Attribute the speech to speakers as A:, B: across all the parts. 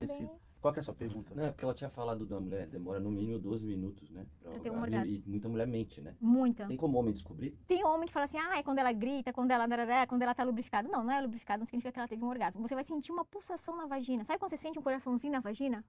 A: Esse-
B: Bem,
A: Qual que é a sua pergunta?
C: Não, é porque ela tinha falado da mulher, demora no mínimo 12 minutos, né? pra
B: Pra ter um
C: E-
B: orgasmo.
C: E, muita mulher mente, né?
B: muita.
C: Tem como homem descobrir?
B: Tem homem que fala assim, ah, é quando ela grita, quando ela darará, quando ela tá lubrificada. Não, não é lubrificada, não significa que ela teve um orgasmo. Você vai sentir uma pulsação na vagina. Sabe quando você sente um coraçãozinho na vagina?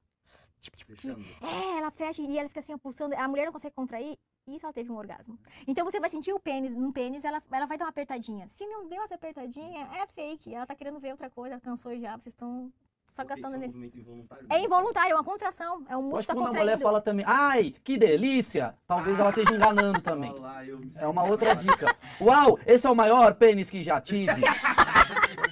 B: Tipo, tipo, que-
A: Fechando.
B: é, ela fecha e ela fica assim, ó, pulsando. A mulher não consegue contrair. Isso ela teve um orgasmo. Então você vai sentir o pênis, num pênis, ela, ela vai dar uma apertadinha. Se não deu essa apertadinha, é fake. Ela tá querendo ver outra coisa, ela cansou já, vocês estão só
D: é um
B: gastando energia.
A: movimento involuntário.
B: É involuntário, é uma contração. É um
A: Mas
B: músculo
A: quando
B: tá
A: a mulher
B: contraído.
A: fala também, ai, que delícia, talvez ela esteja enganando também.
D: Olha lá, eu me
A: É uma outra dica. Uau, esse é o maior pênis que já tive.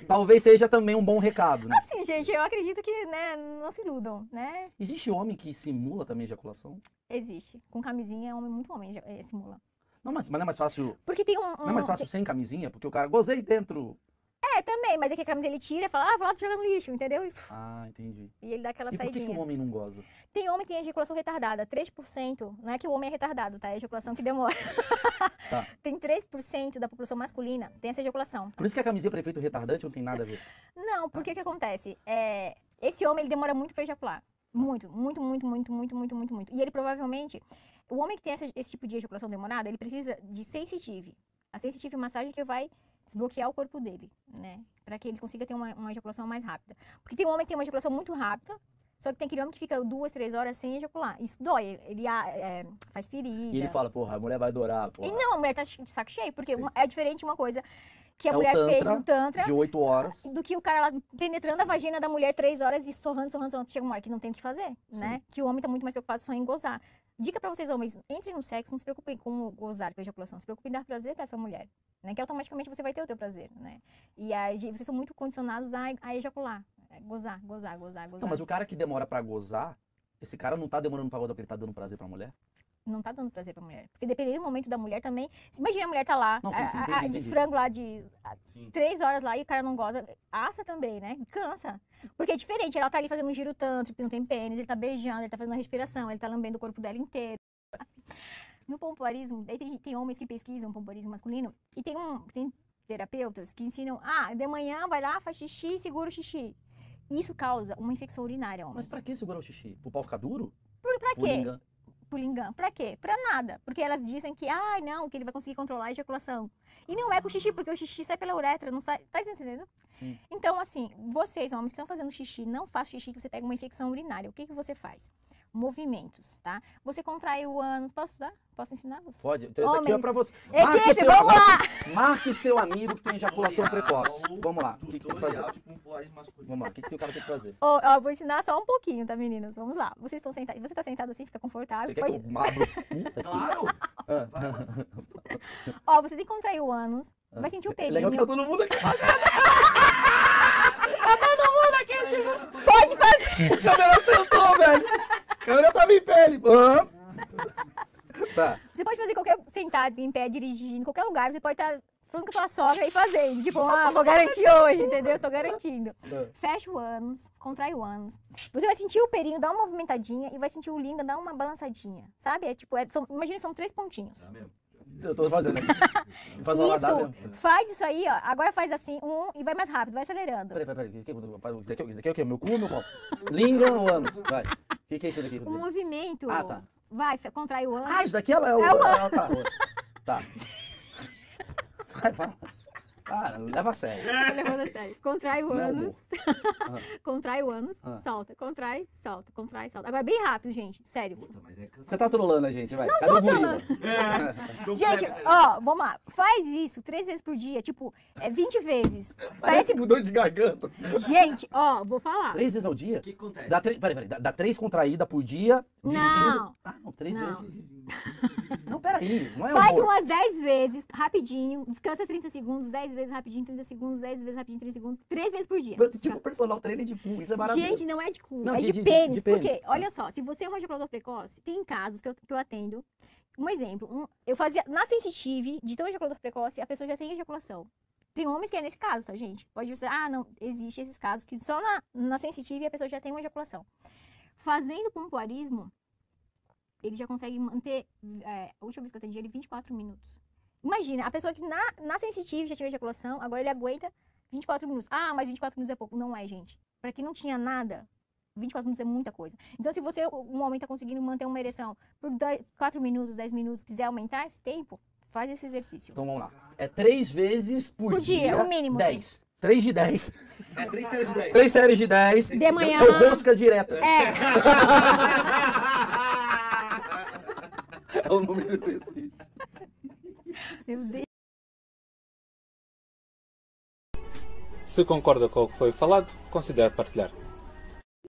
A: Talvez seja também um bom recado, né?
B: Assim, gente, eu acredito que, né, não se iludam, né?
A: Existe homem que simula também ejaculação?
B: Existe. Com camisinha, é homem, muito homem já- eh, simula.
A: Não, mas, mas não é mais fácil.
B: Porque tem um.
A: Não é mais
B: um-
A: fácil sem camisinha, porque o cara gozei dentro.
B: É, também, mas é que a camisa ele tira e fala, ah, vou lá jogar no lixo, entendeu? E,
A: Ah, entendi.
B: e ele dá aquela
A: E por que,
B: saidinha.
A: que o homem não goza?
B: Tem homem que tem ejaculação retardada, 3%. Não é que o homem é retardado, tá? É a ejaculação que demora.
A: Tá.
B: Tem 3% da população masculina tem essa ejaculação.
A: Por isso que a camisinha para efeito retardante não tem nada a ver.
B: Não,
A: Tá.
B: porque o que acontece? É, esse homem ele demora muito pra ejacular. Muito, muito, muito, muito, muito, muito, muito, muito. E ele provavelmente. O homem que tem essa- esse tipo de ejaculação demorada, ele precisa de sensitive. A sensitive é uma massagem que vai desbloquear o corpo dele, né? Pra que ele consiga ter uma, uma ejaculação mais rápida. Porque tem um homem que tem uma ejaculação muito rápida, só que tem aquele homem que fica duas, três horas sem ejacular. Isso dói, ele ah, é, faz ferida.
A: E ele fala, porra, a mulher vai adorar,
B: E
A: porra.
B: não, a mulher tá de saco cheio, porque
A: Sim.
B: uma- é diferente uma coisa que a
A: É o
B: mulher fez
A: tantra
B: no Tantra
A: De 8 horas.
B: do que o cara lá penetrando a vagina da mulher três horas e sorrando, sorrando, sorrando. Chega uma hora que não tem o que fazer, né? Que o homem tá muito mais preocupado só em gozar. Dica pra vocês, homens, entrem no sexo, não se preocupem com o gozar, com a ejaculação, se preocupem em dar prazer pra essa mulher, né? Que automaticamente você vai ter o teu prazer, né? E aí vocês são muito condicionados a, a ejacular, é, gozar, gozar, gozar, gozar.
A: Não, Então, mas o cara que demora pra gozar, esse cara não tá demorando pra gozar porque ele tá dando prazer pra mulher?
B: Não tá dando prazer pra mulher. Porque dependendo do momento da mulher também. se- Imagina a mulher tá lá,
A: Não, sim, sim,
B: a- a-
A: entendi,
B: a- de
A: entendi.
B: frango lá, de
C: Sim.
B: três horas lá e o cara não goza, assa também, né? Cansa. Porque é diferente, ela tá ali fazendo um giro tanto, não tem pênis, ele tá beijando, ele tá fazendo a respiração, ele tá lambendo o corpo dela inteiro. No pompoarismo, daí tem, tem homens que pesquisam pompoarismo masculino e tem um tem terapeutas que ensinam, ah, de manhã vai lá, faz xixi, segura o xixi. Isso causa uma infecção urinária,
A: Mas
B: homens.
A: pra que segurar o xixi? Pro pau ficar duro?
B: Por- pra
A: Por
B: quê?
A: engano.
B: Pulingam. Pra quê? Pra nada. Porque elas dizem que, ai, não, que ele vai conseguir controlar a ejaculação. E não é com xixi, porque o xixi sai pela uretra, não sai. Tá entendendo?
A: Sim.
B: Então, assim, vocês, homens que estão fazendo xixi, não façam xixi que você pega uma infecção urinária. O que, que você faz? Movimentos, tá? Você contrai o ânus. Posso dar? Posso ensinar você?
A: Pode. Então, isso aqui é
B: Homens.
A: pra você.
B: Equipe,
A: Marque o seu-
B: vamos
A: agora- Marque o seu amigo que tem ejaculação precoce. Vamos lá. O que, que tem que fazer?
D: é Tutorial de pompoarismo masculino.
A: Vamos lá. O que, que o cara tem que fazer?
B: Ó, ó, vou ensinar só um pouquinho, tá, meninas? Vamos lá. Vocês estão sentados. Você tá sentado assim, fica confortável.
A: Você quer
B: Pode-
A: que eu abra o cu aqui?
D: Claro!
A: Ah.
B: Ó, você tem que contrair o ânus. Vai sentir o
A: É Legal que
B: pelinho.
A: tá todo mundo aqui.
B: Tá assim, Pode fazer.
A: A câmera sentou, velho. A câmera tava em pele. Tá.
B: Você pode fazer qualquer. sentado, em pé, dirigindo, em qualquer lugar. Você pode estar falando com a sua sogra e fazendo. Tipo, ah, vou garantir hoje, entendeu? Tô garantindo.
A: tá.
B: Fecha o ânus, contrai o ânus. Você vai sentir o perinho dar uma movimentadinha e vai sentir o linga dar uma balançadinha. Sabe? É tipo, é- são- imagina que são três pontinhos.
D: Tá mesmo?
A: Eu tô fazendo aqui. Faz uma ladada né? mesmo.
B: Isso! Faz isso aí, ó. Agora faz assim, um, e vai mais rápido, vai acelerando.
A: Peraí, peraí, peraí. Isso aqui é- Isso aqui é- isso aqui é o quê? Meu cu ou meu pau? Língua ou ânus? Vai. O que, que é isso daqui?
B: O movimento.
A: Ah, tá.
B: Vai, fe- contrai o ânus.
A: Ah, isso daqui é o. É o...
B: É o-
A: Ah, tá. tá. Vai, vai. Cara, leva a sério.
B: Tô levando a sério. Contrai o
A: Ah! Não é
B: ânus. Contrai o ânus,
A: Ah.
B: solta, contrai, solta, contrai, solta. Agora bem rápido, gente. Sério.
D: Puta, mas é cansado.
A: Você tá trolando a gente, vai. Cadê o gorila?
B: Gente, ó, vamos lá. Faz isso três vezes por dia, tipo, é 20 vezes. Parece.
A: mudou de garganta.
B: Gente, ó, vou falar.
A: Três vezes ao dia?
D: O que acontece?
A: Dá três, peraí, peraí, dá, dá três contraídas por dia?
B: Não.
A: Ah, não, três
B: Não.
A: vezes. Não, peraí, não é
B: Faz
A: horror.
B: umas 10 vezes, rapidinho. Descansa 30 segundos, 10 vezes rapidinho, 30 segundos, 10 vezes rapidinho, 30 segundos. Três vezes por dia.
A: Mas, Tipo, personal trainer de cu, isso é maravilhoso.
B: Gente, não é de cu,
A: Não,
B: é
A: de-
B: de,
A: de- de-
B: pênis.
A: de pênis.
B: Porque, olha só, se você é um ejaculador precoce, tem casos que eu, que eu atendo. Um exemplo, um- eu fazia na sensitive, de tão ejaculador precoce, a pessoa já tem ejaculação. Tem homens que é nesse caso, tá, gente? Pode ser, ah, não, existe esses casos que só na, na sensitive a pessoa já tem uma ejaculação. Fazendo pompoarismo, ele já consegue manter, é, a última vez que eu atendi ele, 24 minutos. Imagina, a pessoa que na, na sensitive já tinha ejaculação, agora ele aguenta 24 minutos. Ah, mas 24 minutos é pouco. Não é, gente. Pra quem não tinha nada, 24 minutos é muita coisa. Então, se você, um homem, está conseguindo manter uma ereção por 10, 4 minutos, 10 minutos, quiser aumentar esse tempo, faz esse exercício.
A: Então vamos lá. É três vezes por,
B: Por dia, o mínimo.
A: 10. 3 de 10.
D: É três séries de dez.
A: 3 séries de 10.
B: De manhã.
A: Eu rosca direta.
B: É,
C: É o número do exercício.
B: meu Deus.
E: Se concorda com o que foi falado, considere partilhar.